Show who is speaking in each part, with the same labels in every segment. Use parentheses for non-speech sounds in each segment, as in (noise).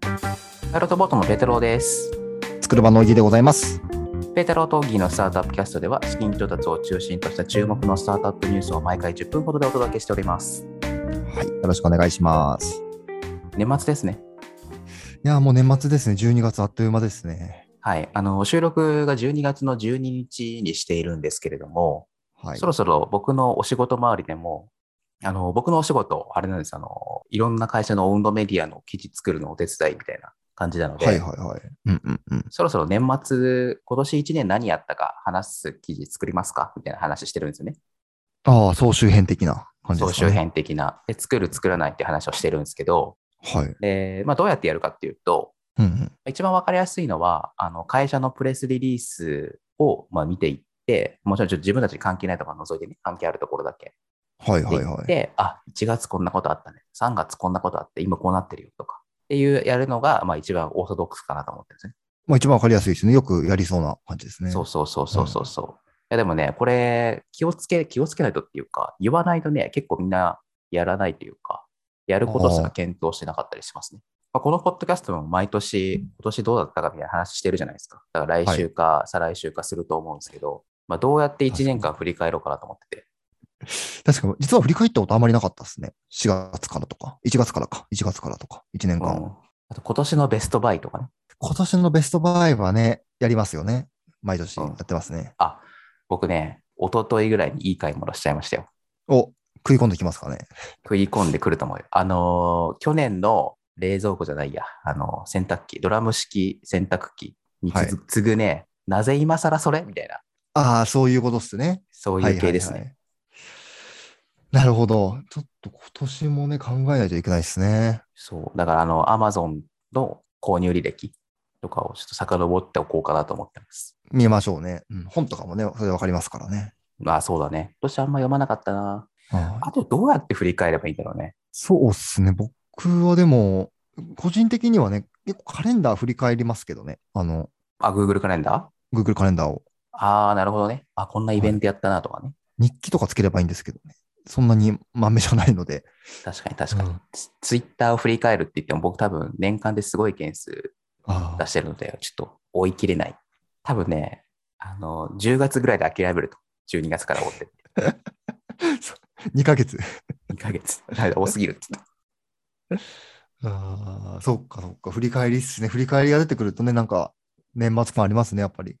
Speaker 1: パイロットボートのペテロです。
Speaker 2: 作る場のおいでございます。
Speaker 1: ペテロとギーのスタートアップキャストでは、資金調達を中心とした注目のスタートアップニュースを毎回10分ほどでお届けしております。
Speaker 2: はい、よろしくお願いします。
Speaker 1: 年末ですね。
Speaker 2: いやー、もう年末ですね。12月あっという間ですね。
Speaker 1: はい。あの、収録が12月の12日にしているんですけれども、
Speaker 2: はい
Speaker 1: そ。ろそろ僕のお仕事周りでも、あの、僕のお仕事、あれなんです、あの、いろんな会社のオウンドメディアの記事作るのお手伝いみたいな感じなので、
Speaker 2: はいはいはい。うんうんうん。
Speaker 1: そろそろ年末、今年1年何やったか話す記事作りますかみたいな話してるんですよね。
Speaker 2: ああ、総集編的な感じ
Speaker 1: 総
Speaker 2: です
Speaker 1: 集
Speaker 2: か、ね。
Speaker 1: 編的な。で、作る、作らないって話をしてるんですけど、
Speaker 2: 総集編。はい。
Speaker 1: でまあ、どうやってやるかっていうと、
Speaker 2: うんうん。
Speaker 1: 一番わかりやすいのは、あの会社のプレスリリースをまあ見ていって、もちろんちょっと自分たちに関係ないところ除いてね、関係あるところだけ。
Speaker 2: はい
Speaker 1: で
Speaker 2: はいはい。
Speaker 1: で、あ、1月こんなことあったね。3月こんなことあって、今こうなってるよとか。っていうやるのが、まあ一番オーソドックスかなと思ってるんですね。
Speaker 2: まあ一番わかりやすいですね。よくやりそうな感じですね。
Speaker 1: そうそうそうそうそうそう。いやでもね、これ、気をつけ、気をつけないとっていうか、言わないとね、結構みんなやらないというか、やることすら検討してなかったりしますね。まあ、このポッドキャストも毎年、今年どうだったかみたいな話してるじゃないですか。だから来週か、再来週かすると思うんですけど、まあ、どうやって1年間振り返ろうかなと思ってて。
Speaker 2: 確かに、実は振り返ったことあまりなかったですね。4月からとか、1月からか、1月からとか、1年間を。
Speaker 1: うんあと今年のベストバイとかね。
Speaker 2: 今年のベストバイはね、やりますよね。毎年やってますね。
Speaker 1: あ、僕ね、一昨日ぐらいにいい買い物しちゃいましたよ。
Speaker 2: お、食い込んできますかね。
Speaker 1: 食い込んでくると思うよ。あのー去年の冷蔵庫じゃないや、あのー洗濯機、ドラム式洗濯機につ,、
Speaker 2: はい
Speaker 1: 次ぐね、なぜ今更それみたいな、
Speaker 2: ああ、そういうことっすね。
Speaker 1: そういう系ですね。
Speaker 2: はいはいはいなるほど。ちょっと今年もね、考えないといけないですね。
Speaker 1: そう。だから、あの、アマゾンの購入履歴とかをちょっと遡っておこうかなと思ってます。
Speaker 2: 見ましょうね。うん、本とかもね、それわかりますからね。
Speaker 1: まあ、そうだね。今年あんま読まなかったな。
Speaker 2: はい
Speaker 1: あと、どうやって振り返ればいいんだろうね。
Speaker 2: そうっすね。僕はでも、個人的にはね、結構カレンダー振り返りますけどね。あの、
Speaker 1: あ、Google カレンダー
Speaker 2: Google カレンダーを。
Speaker 1: ああ、なるほどね。あ、こんなイベントやったなとかね。
Speaker 2: 日記とかつければいいんですけどね。そんなにまめじゃないので。
Speaker 1: 確かに確かに、
Speaker 2: うん
Speaker 1: ツ。ツイッターを振り返るって言っても、僕多分年間ですごい件数
Speaker 2: あ
Speaker 1: 出してるので、ちょっと追い切れない。多分ね、あの、10月ぐらいで諦めると。12月から追って。
Speaker 2: 2ヶ月。
Speaker 1: 2ヶ月。はい多すぎるっつって
Speaker 2: ああ、そっかそっか。振り返りっすね。振り返りが出てくるとね、なんか、年末感ありますね、やっぱり。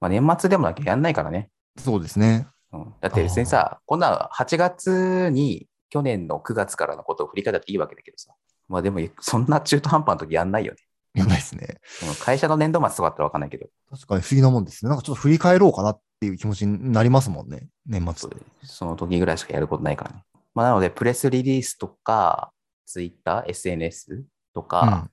Speaker 1: まあ、年末でもだけやんないからね。
Speaker 2: そうですね。
Speaker 1: うん、だって別にさ、こんな8月に去年の9月からのことを振り返ったっていいわけだけどさ。まあでも、そんな中途半端の時やんないよね。
Speaker 2: やばいですね。
Speaker 1: うん会社の年度末とかだったらわかんないけど。
Speaker 2: 確かに不思議なもんですね。なんかちょっと振り返ろうかなっていう気持ちになりますもんね、年末。
Speaker 1: その時ぐらいしかやることないからね。まあ、なので、プレスリリースとか、ツイッター、SNS とか、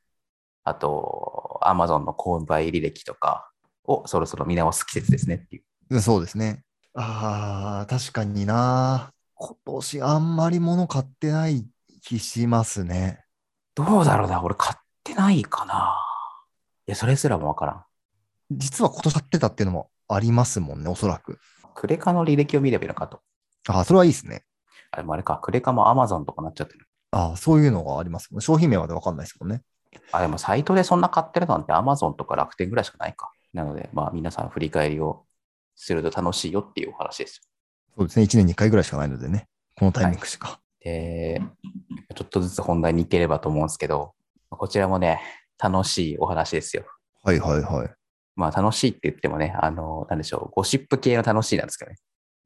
Speaker 1: あと、Amazon の購買履歴とかをそろそろ見直す季節ですねっていう。
Speaker 2: うん、そうですね。ああ、確かにな。今年あんまり物買ってない気しますね。
Speaker 1: どうだろうな、俺買ってないかな。いや、それすらもわからん。
Speaker 2: 実は今年買ってたっていうのもありますもんね、おそらく。
Speaker 1: クレカの履歴を見ればいいのかと。
Speaker 2: ああ、それはいいですね。
Speaker 1: あれもあれか、クレカも Amazon とかなっちゃってる。
Speaker 2: ああ、そういうのがありますもんね。商品名までわかんないですもんね。
Speaker 1: あ、でもサイトでそんな買ってるなんて Amazon とか楽天ぐらいしかないか。なので、まあ皆さん振り返りをすると楽しいよっていうお話ですよ。
Speaker 2: そうですね。1年に1回ぐらいしかないのでね。このタイミングしか。
Speaker 1: で、ちょっとずつ本題に行ければと思うんですけど、こちらもね、楽しいお話ですよ。
Speaker 2: はい、はい、はい。
Speaker 1: まあ楽しいって言ってもね、あの、なんでしょう、ゴシップ系の楽しいなんですけどね。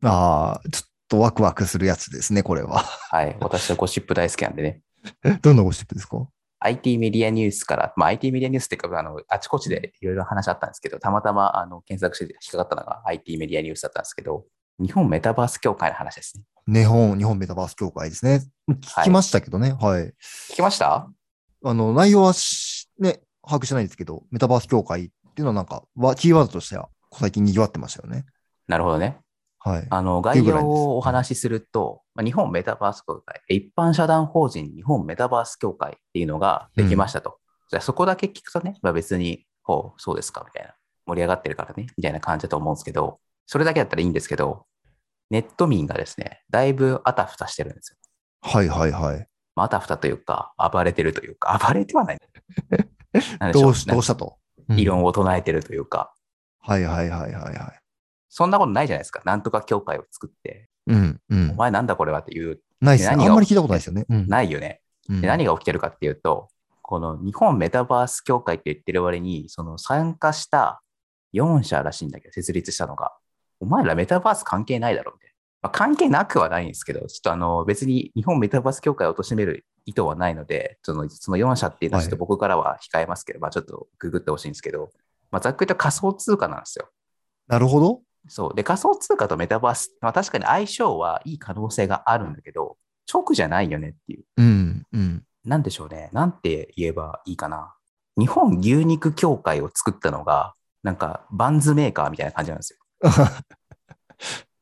Speaker 2: ああ、ちょっとワクワクするやつですね、これは。 (laughs)
Speaker 1: はい、私はゴシップ大好きなんでね、 (laughs)
Speaker 2: どんなゴシップですか
Speaker 1: IT メディアニュースから、まあ IT メディアニュースっていうか、あの、あちこちでいろいろ話あったんですけど、たまたまあの検索して引っかかったのが IT メディアニュースだったんですけど、日本メタバース協会の話ですね。
Speaker 2: 日本、日本メタバース協会ですね。聞きましたけどね。はい。
Speaker 1: 聞きました
Speaker 2: あの、内容はしね、把握してないですけど、メタバース協会っていうのはなんか、わキーワードとしては最近賑わってましたよね。
Speaker 1: なるほどね。
Speaker 2: はい。
Speaker 1: あの
Speaker 2: てい
Speaker 1: 概
Speaker 2: うぐらい
Speaker 1: 要
Speaker 2: です
Speaker 1: をお話しすると、まあ日本メタバース協会、一般社団法人日本メタバース協会っていうのができましたと。じゃあそこだけ聞くとね、まあ、別に、ほう、そうですかみたいな、盛り上がってるからね、みたいな感じだと思うんですけど、それだけだったらいいんですけど、ネット民がですね、だいぶあたふたしてるんですよ。
Speaker 2: はいはいはい。
Speaker 1: (laughs) まあ、あたふたというか、暴れてるというか、暴れてはない。なんでしょ
Speaker 2: どうし、どうしたと。
Speaker 1: 異
Speaker 2: うん
Speaker 1: 論を唱えてるというか、
Speaker 2: はいはいはいはいはい。
Speaker 1: そんなことないじゃないですか。なんとか協会を作って、
Speaker 2: うん、う
Speaker 1: お
Speaker 2: ん。
Speaker 1: 前なんだこれはっていう、
Speaker 2: ないっすね。あ
Speaker 1: 何が
Speaker 2: んまり聞いたことないですよね。うん
Speaker 1: ないよね。
Speaker 2: うん
Speaker 1: で何が起きてるかっていうと、この日本メタバース協会って言ってる割に、その参加した4社らしいんだけど、設立したのが、お前らメタバース関係ないだろみたいな。まあ、関係なくはないんですけど、ちょっとあの別に日本メタバース協会を貶める意図はないので、そのその4社っていうのはちょっと僕からは控えますけど、まあちょっとググってほしいんですけど、まあ、ざっくり言うと仮想通貨なんですよ。
Speaker 2: なるほど。
Speaker 1: そう。で、仮想通貨とメタバース、まあ、確かに相性はいい可能性があるんだけど、直じゃないよねっていう。
Speaker 2: うん、うん。
Speaker 1: なんでしょうね。なんて言えばいいかな。日本牛肉協会を作ったのが、なんかバンズメーカーみたいな感じなんですよ。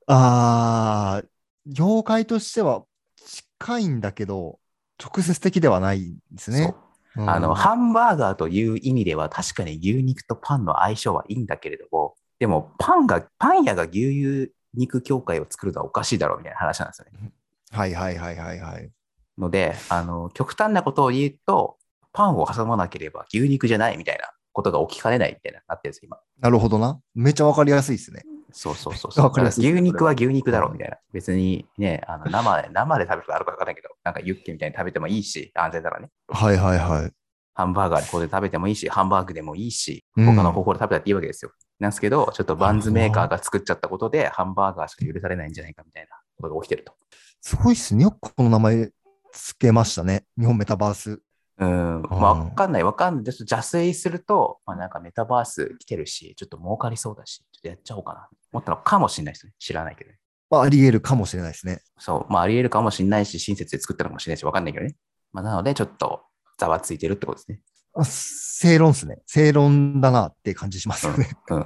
Speaker 2: ああ、業界としては近いんだけど、直接的ではないんですね。
Speaker 1: そう
Speaker 2: うん
Speaker 1: あの、ハンバーガーという意味では、確かに牛肉とパンの相性はいいんだけれども、でもパンが、パン屋が牛肉協会を作るのはおかしいだろうみたいな話なんですよね。
Speaker 2: はいはいはいはいはい。
Speaker 1: ので、あの、極端なことを言うと、パンを挟まなければ牛肉じゃないみたいなことが起きかねないみたいな、なってるんですよ、今。
Speaker 2: なるほどな。めっちゃわかりやすいですね。
Speaker 1: そうそうそうそう。
Speaker 2: わかりやすいです
Speaker 1: 牛肉は牛肉だろ
Speaker 2: う
Speaker 1: うんみたいな。別にね、あの生で、生で食べることあるかわからないけど、なんかユッケみたいに食べてもいいし、安全だろうね。
Speaker 2: はいはいはい。
Speaker 1: ハンバーガーでここで食べてもいいし、ハンバーグでもいいし、
Speaker 2: うん
Speaker 1: 他の方法で食べたっていいわけですよ。なんですけど、ちょっとバンズメーカーが作っちゃったことで、ハンバーガーしか許されないんじゃないかみたいなことが起きてると。
Speaker 2: すごいっすね。よくこの名前つけましたね。日本メタバース。
Speaker 1: うん、まあ、わかんない、わかんない。ちょっと邪推すると、まあ、なんかメタバース来てるし、ちょっと儲かりそうだし、ちょっとやっちゃおうかな。思ったのかもしれないですね。知らないけどね。
Speaker 2: まあ、あり得るかもしれないですね。
Speaker 1: そう、まあ、あり得るかもしれないし、親切で作ったのかもしれないし、わかんないけどね。まあ、なので、ちょっとざわついてるってことですね。
Speaker 2: あ正論っすね。正論だなって感じしますよね。
Speaker 1: うん。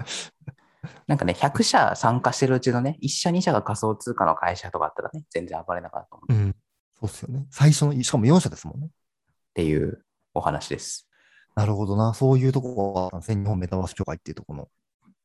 Speaker 1: (laughs) なんかね、100社参加してるうちのね、1社、2社が仮想通貨の会社とかあったらね、全然暴れなかったと思うっ
Speaker 2: (laughs) うん。そうっすよね。最初の、しかも4社ですもんね。
Speaker 1: ていうお話です。
Speaker 2: なるほどな。そういうとこは、全日本メタバース協会っていうところの。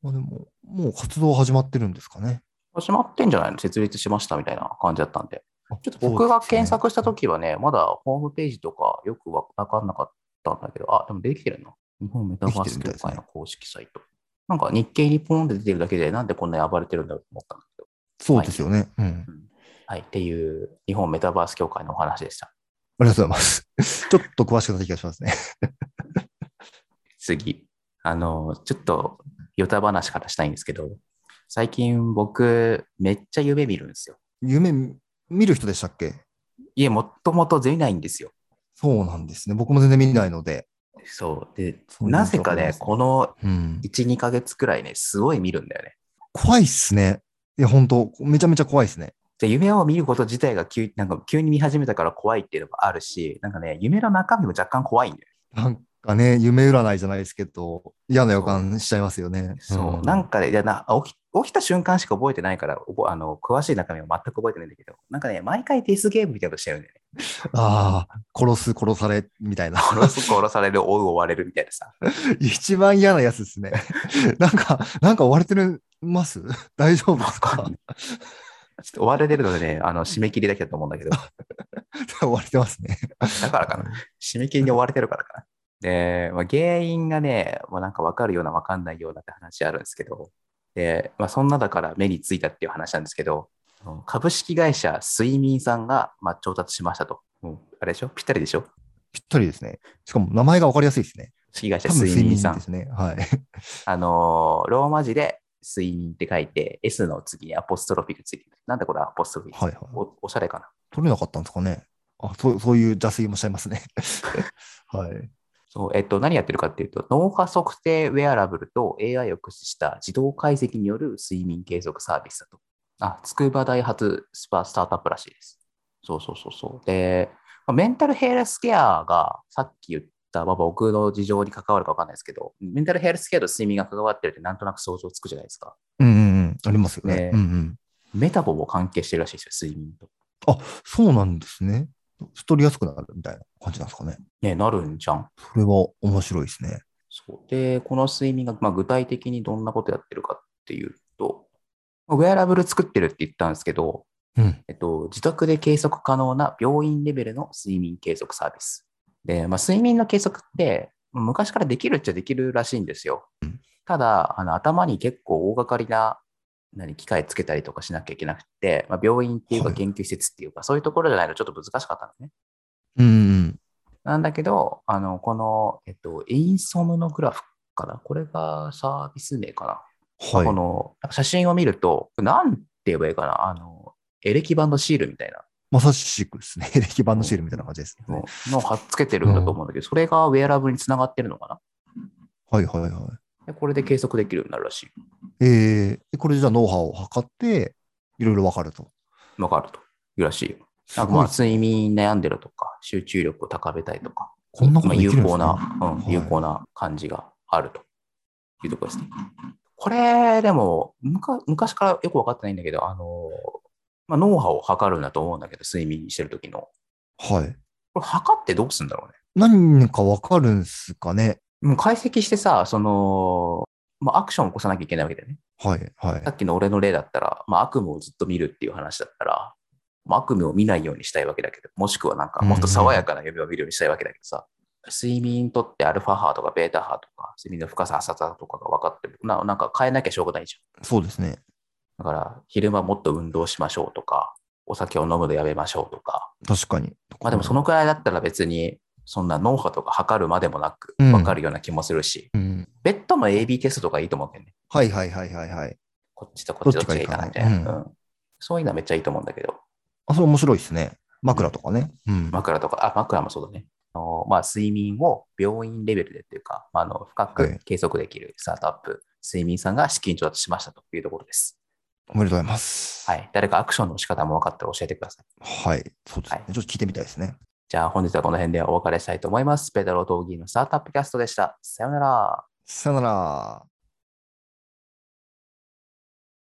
Speaker 2: まあでも、もう活動始まってるんですかね。
Speaker 1: 始まってんじゃないの設立しましたみたいな感じだったんで。
Speaker 2: ちょっ
Speaker 1: 僕が検索したときはね、まだホームページとかよくわかんなかったんだけど、あ、でも出てきてるな。日本メタバース協会の公式サイト。なんか日経にポンって出てるだけで、なんでこんなに暴れてるんだろうと思ったんだけど。
Speaker 2: そうですよね。うん。
Speaker 1: はい、っていう日本メタバース協会のお話でした。
Speaker 2: ありがとうございます。 (laughs) ちょっと詳しくなった気がしますね。
Speaker 1: 次、あの、ちょっと、ヨタ話からしたいんですけど、最近僕、めっちゃ夢見るんですよ。
Speaker 2: 夢見る人でしたっけ
Speaker 1: いえ、もともと見ないんですよ。
Speaker 2: そうなんですね。僕も全然見ないので。
Speaker 1: そう。で、
Speaker 2: そう
Speaker 1: なぜか
Speaker 2: そうなんで
Speaker 1: ね、
Speaker 2: すね
Speaker 1: この
Speaker 2: うん。
Speaker 1: 1、2ヶ月くらいね、すごい見るんだよね。
Speaker 2: 怖いっすね。いや、本当めちゃめちゃ怖いっすね。
Speaker 1: で夢を見ること自体が急なんか急に見始めたから怖いっていうのもあるし、なんかね、夢の中身も若干怖いんだよ。
Speaker 2: なんかね、夢占いじゃないですけど、嫌な予感しちゃいますよね。
Speaker 1: そう。
Speaker 2: ん
Speaker 1: なんかね、いやな起き、起きた瞬間しか覚えてないから、おぼあの詳しい中身は全く覚えてないんだけど、なんかね、毎回デスゲームみたいなことしてるんだよね。
Speaker 2: ああ、殺す、殺され、みたいな。
Speaker 1: (laughs) 殺す、殺される、追う、追われるみたいなさ。
Speaker 2: 一番嫌なやつですね。 (laughs) なんか、なんか追われてるます大丈夫です
Speaker 1: わかん
Speaker 2: か
Speaker 1: ないちょっと追われてるのでね、あの締め切りだけだと思うん (laughs) だけど、
Speaker 2: 追われてますね。
Speaker 1: だからかな。締め切りに追われてるからかな。で、まあ、原因がね、まあ、なんか分かるような分かんないようなって話あるんですけど、で、まあ、そんなだから目についたっていう話なんですけど、あの株式会社睡眠さんが、まあ、調達しましたと。もうあれでしょぴったりでしょ
Speaker 2: ぴったりですね。しかも名前がわかりやすいですね。
Speaker 1: 株式会社
Speaker 2: 多分睡
Speaker 1: 睡眠
Speaker 2: 眠
Speaker 1: さ
Speaker 2: で
Speaker 1: ん。
Speaker 2: すね。はい。
Speaker 1: あのーローマ字で睡眠って書いて、S の次にアポストロフィーがついてる。なんでこれアポストロフィー、
Speaker 2: はいはい
Speaker 1: おおしゃれかな。
Speaker 2: 取れなかったんですかね。あ、そう、そういう邪推もしちゃい
Speaker 1: (laughs)
Speaker 2: ますね。はい。
Speaker 1: そう、えっと、何やってるかっていうと、脳波測定ウェアラブルと AI を駆使した自動解析による睡眠継続サービスだと。あ、筑波大発スパスタートアップらしいです。そうそうそうそう。で、まあメンタルヘルスケアがさっき言った、まあ、僕の事情に関わるかわかんないですけど、メンタルヘルスケアと睡眠が関わってるってなんとなく想像つくじゃないですか。
Speaker 2: うんうんうん。ありますよね。
Speaker 1: ね
Speaker 2: うんうん。
Speaker 1: メタボも関係してるらしいですよ、睡眠と。
Speaker 2: そうなんですね。太りやすくなるみたいな感じなんですかね。
Speaker 1: ね、なるんじゃん。
Speaker 2: それは面白いですね。
Speaker 1: そうで、この睡眠が、まあ、具体的にどんなことやってるかっていうと、ウェアラブル作ってるって言ったんですけど、
Speaker 2: うん。
Speaker 1: えっと、自宅で計測可能な病院レベルの睡眠計測サービス。で、まあ、睡眠の計測って、昔からできるっちゃできるらしいんですよ。
Speaker 2: うん
Speaker 1: ただ、あの頭に結構大掛かりな何機械つけたりとかしなきゃいけなくて、まあ、病院っていう
Speaker 2: は
Speaker 1: か
Speaker 2: い
Speaker 1: 研究施設っていうか、そういうところじゃないとちょっと難しかったのね。
Speaker 2: うん。
Speaker 1: なんだけど、あのこの、えっと、インソムのグラフかな、これがサービス名かな。こ
Speaker 2: は
Speaker 1: のなんか写真を見ると、なんて言えばいいかな、あのエレキ版のシールみたいな。
Speaker 2: い。まさしくですね。 (laughs) エレキ版のシールみたいな感じですね。
Speaker 1: ののを貼っつけてるんだと思うんだけど、それがウェアラブルにつながってるのか
Speaker 2: はいはいは
Speaker 1: なでこれで計測できるようになるらしい。
Speaker 2: い。えー、これじゃあ脳波を測って、いろいろ分かると。
Speaker 1: わかるというらしいよ。
Speaker 2: す
Speaker 1: なんか
Speaker 2: ご
Speaker 1: まあ
Speaker 2: いです
Speaker 1: 睡眠に悩んでるとか、集中力を高めたいとか、
Speaker 2: こんなこ
Speaker 1: ま
Speaker 2: と
Speaker 1: あ
Speaker 2: でき
Speaker 1: 有
Speaker 2: るんですね
Speaker 1: 効な、うん
Speaker 2: はい
Speaker 1: 有効な感じがあるというところですね。これ、でも、むか昔からよく分かってないんだけど、あの、まあ、脳波を測るんだと思うんだけど、睡眠してる時の。
Speaker 2: はい。
Speaker 1: これ測ってどうすんだろうね。
Speaker 2: 何か分かるんすかね。
Speaker 1: もう解析してさ、その、まあ、アクションを起こさなきゃいけないわけだよね。
Speaker 2: はいは
Speaker 1: さっきの俺の例だったら、まあ、悪夢をずっと見るっていう話だったら、まあ、悪夢を見ないようにしたいわけだけど、もしくはなんかもっと爽やかな夢を見るようにしたいわけだけどさ、睡眠とってアルファ波とかベータ波とか、睡眠の深さ、浅さとかが分かってるな、なんか変えなきゃしょうがないじ
Speaker 2: い。そうですね。
Speaker 1: ゃん。だから、昼間もっと運動しましょうとか、お酒を飲むのやめましょうとか、
Speaker 2: 確かに。
Speaker 1: まあでもそのくらいだったら別に、そんな脳波とか測るまでもなく
Speaker 2: うん
Speaker 1: 分かるような気もするし、
Speaker 2: うん。
Speaker 1: ベッドの AB テストとかいいと思うけどね。
Speaker 2: はいはいはいはいはい。
Speaker 1: こっちとこっちどっちがいいかなみたい
Speaker 2: どっちがいいか
Speaker 1: な。
Speaker 2: な
Speaker 1: うんそういうのはめっちゃいいと思うんだけど、
Speaker 2: あ、それ面白いですね。枕とかね。うん。
Speaker 1: 枕とか、あ、枕もそうだね。あのまあ、睡眠を病院レベルでっていうか、まあ、あの深
Speaker 2: は
Speaker 1: く
Speaker 2: い
Speaker 1: 計測できるスタートアップ、睡眠さんが資金調達しましたというところです。
Speaker 2: おめでとうございます。。
Speaker 1: はいい。誰かアクションの仕方も分かったら教えてください。
Speaker 2: はい。そうですね。
Speaker 1: は
Speaker 2: ちょっと聞いてみたいですね。
Speaker 1: じゃあ本日はこの辺でお別れしたいと思います。ペダロー・トーギーのスタートアップキャストでした。さようなら。
Speaker 2: さよなら。